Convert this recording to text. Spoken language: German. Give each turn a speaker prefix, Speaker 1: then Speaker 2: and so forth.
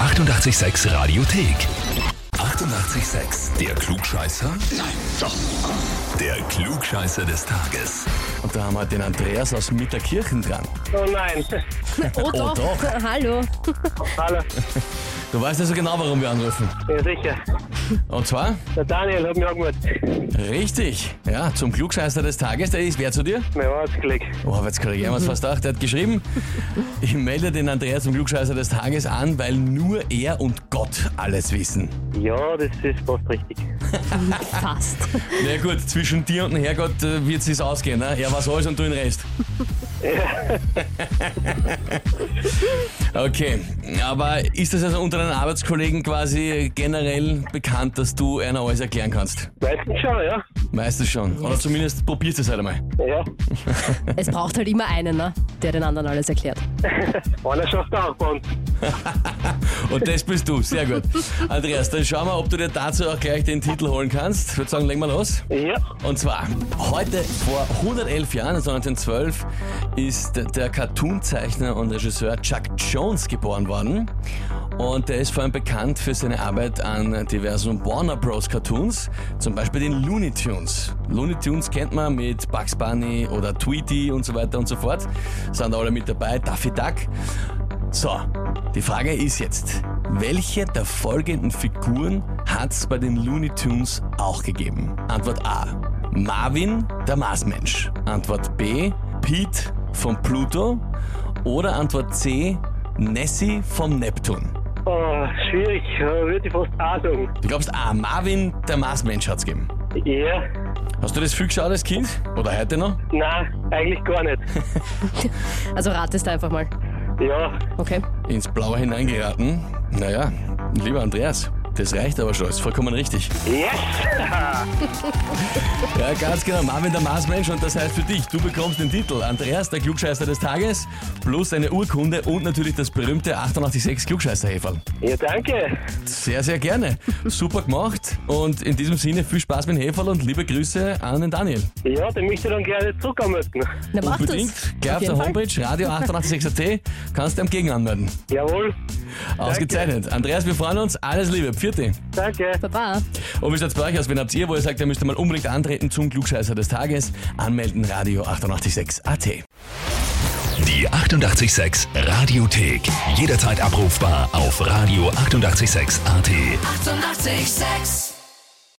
Speaker 1: 886 Radiothek. 88,6. Der Klugscheißer? Nein, doch. Der Klugscheißer des Tages.
Speaker 2: Und da haben wir den Andreas aus Mitterkirchen dran.
Speaker 3: Oh nein.
Speaker 2: Oh, doch.
Speaker 4: Hallo.
Speaker 3: Hallo.
Speaker 2: Du weißt also genau, warum wir anrufen.
Speaker 3: Ja, sicher.
Speaker 2: Und zwar?
Speaker 3: Der Daniel hat mich angemeldet.
Speaker 2: Richtig. Ja, zum Klugscheißer des Tages. Der ist wer zu dir?
Speaker 3: Mein Arbeitskollege.
Speaker 2: Oh, hab jetzt korrigieren wir es fast gedacht. Der hat geschrieben, ich melde den Andreas zum Klugscheißer des Tages an, weil nur er und Gott alles wissen.
Speaker 3: Ja, das ist fast richtig.
Speaker 4: Fast.
Speaker 2: Na gut, zwischen dir und dem Herrgott äh, wird es ausgehen. Ne? Er weiß alles und du den Rest. okay, aber ist das also unter deinen Arbeitskollegen quasi generell bekannt, dass du einer alles erklären kannst?
Speaker 3: Meistens schon, ja.
Speaker 2: Meistens schon. Oder zumindest probierst du es halt einmal.
Speaker 3: Ja.
Speaker 4: Es braucht halt immer einen, ne? der den anderen alles erklärt.
Speaker 3: Einer schafft er auch bei uns.
Speaker 2: Und das bist du. Sehr gut. Andreas, dann schauen wir, ob du dir dazu auch gleich den Titel holen kannst. Ich würde sagen, legen wir los.
Speaker 3: Ja.
Speaker 2: Und zwar, heute vor 111 Jahren, also 1912, ist der Cartoonzeichner und Regisseur Chuck Jones geboren worden. Und der ist vor allem bekannt für seine Arbeit an diversen Warner Bros. Cartoons, zum Beispiel den Looney Tunes. Looney Tunes kennt man mit Bugs Bunny oder Tweety und so weiter und so fort. Sind alle mit dabei, Daffy Duck. So, die Frage ist jetzt, welche der folgenden Figuren hat es bei den Looney Tunes auch gegeben? Antwort A. Marvin, der Marsmensch. Antwort B. Pete von Pluto. Oder Antwort C. Nessie vom Neptun.
Speaker 3: Oh, schwierig. Äh, Würde ich fast A sagen.
Speaker 2: Du glaubst A. Marvin, der Marsmensch hat's gegeben.
Speaker 3: Ja.
Speaker 2: Hast du das viel geschaut als Kind? Oder heute noch?
Speaker 3: Nein, eigentlich gar nicht.
Speaker 4: Also ratest einfach mal.
Speaker 3: Ja.
Speaker 4: Okay.
Speaker 2: Ins Blaue hineingeraten? Naja, lieber Andreas, das reicht aber schon. Ist vollkommen richtig.
Speaker 3: Yes!
Speaker 2: Ja, ganz genau. Marvin der Marsmensch und das heißt für dich, du bekommst den Titel Andreas, der Klugscheißer des Tages, plus eine Urkunde und natürlich das berühmte 886 klugscheißer -Häferl.
Speaker 3: Ja, danke.
Speaker 2: Sehr, sehr gerne. Super gemacht und in diesem Sinne viel Spaß mit dem Heferl und liebe Grüße an den Daniel.
Speaker 3: Ja, den möchte ich dann gerne zurückanmelden.
Speaker 4: Na, mach
Speaker 2: Unbedingt.
Speaker 4: das.
Speaker 2: Gleich auf, der
Speaker 4: jeden Fall.
Speaker 2: Homepage radio 886.at kannst du am Gegen anmelden.
Speaker 3: Jawohl.
Speaker 2: Ausgezeichnet. Andreas, wir freuen uns. Alles Liebe. Pfiat.
Speaker 3: Danke.
Speaker 4: Baba.
Speaker 2: Und wie schaut's bei euch aus? Wen habt ihr, wo ihr sagt, ihr müsst mal unbedingt antreten zum Klugscheißer des Tages? Anmelden Radio 886 AT.
Speaker 1: Die 88,6 Radiothek. Jederzeit abrufbar auf radio886.at. 88,6.
Speaker 5: Eighty-eight, sex.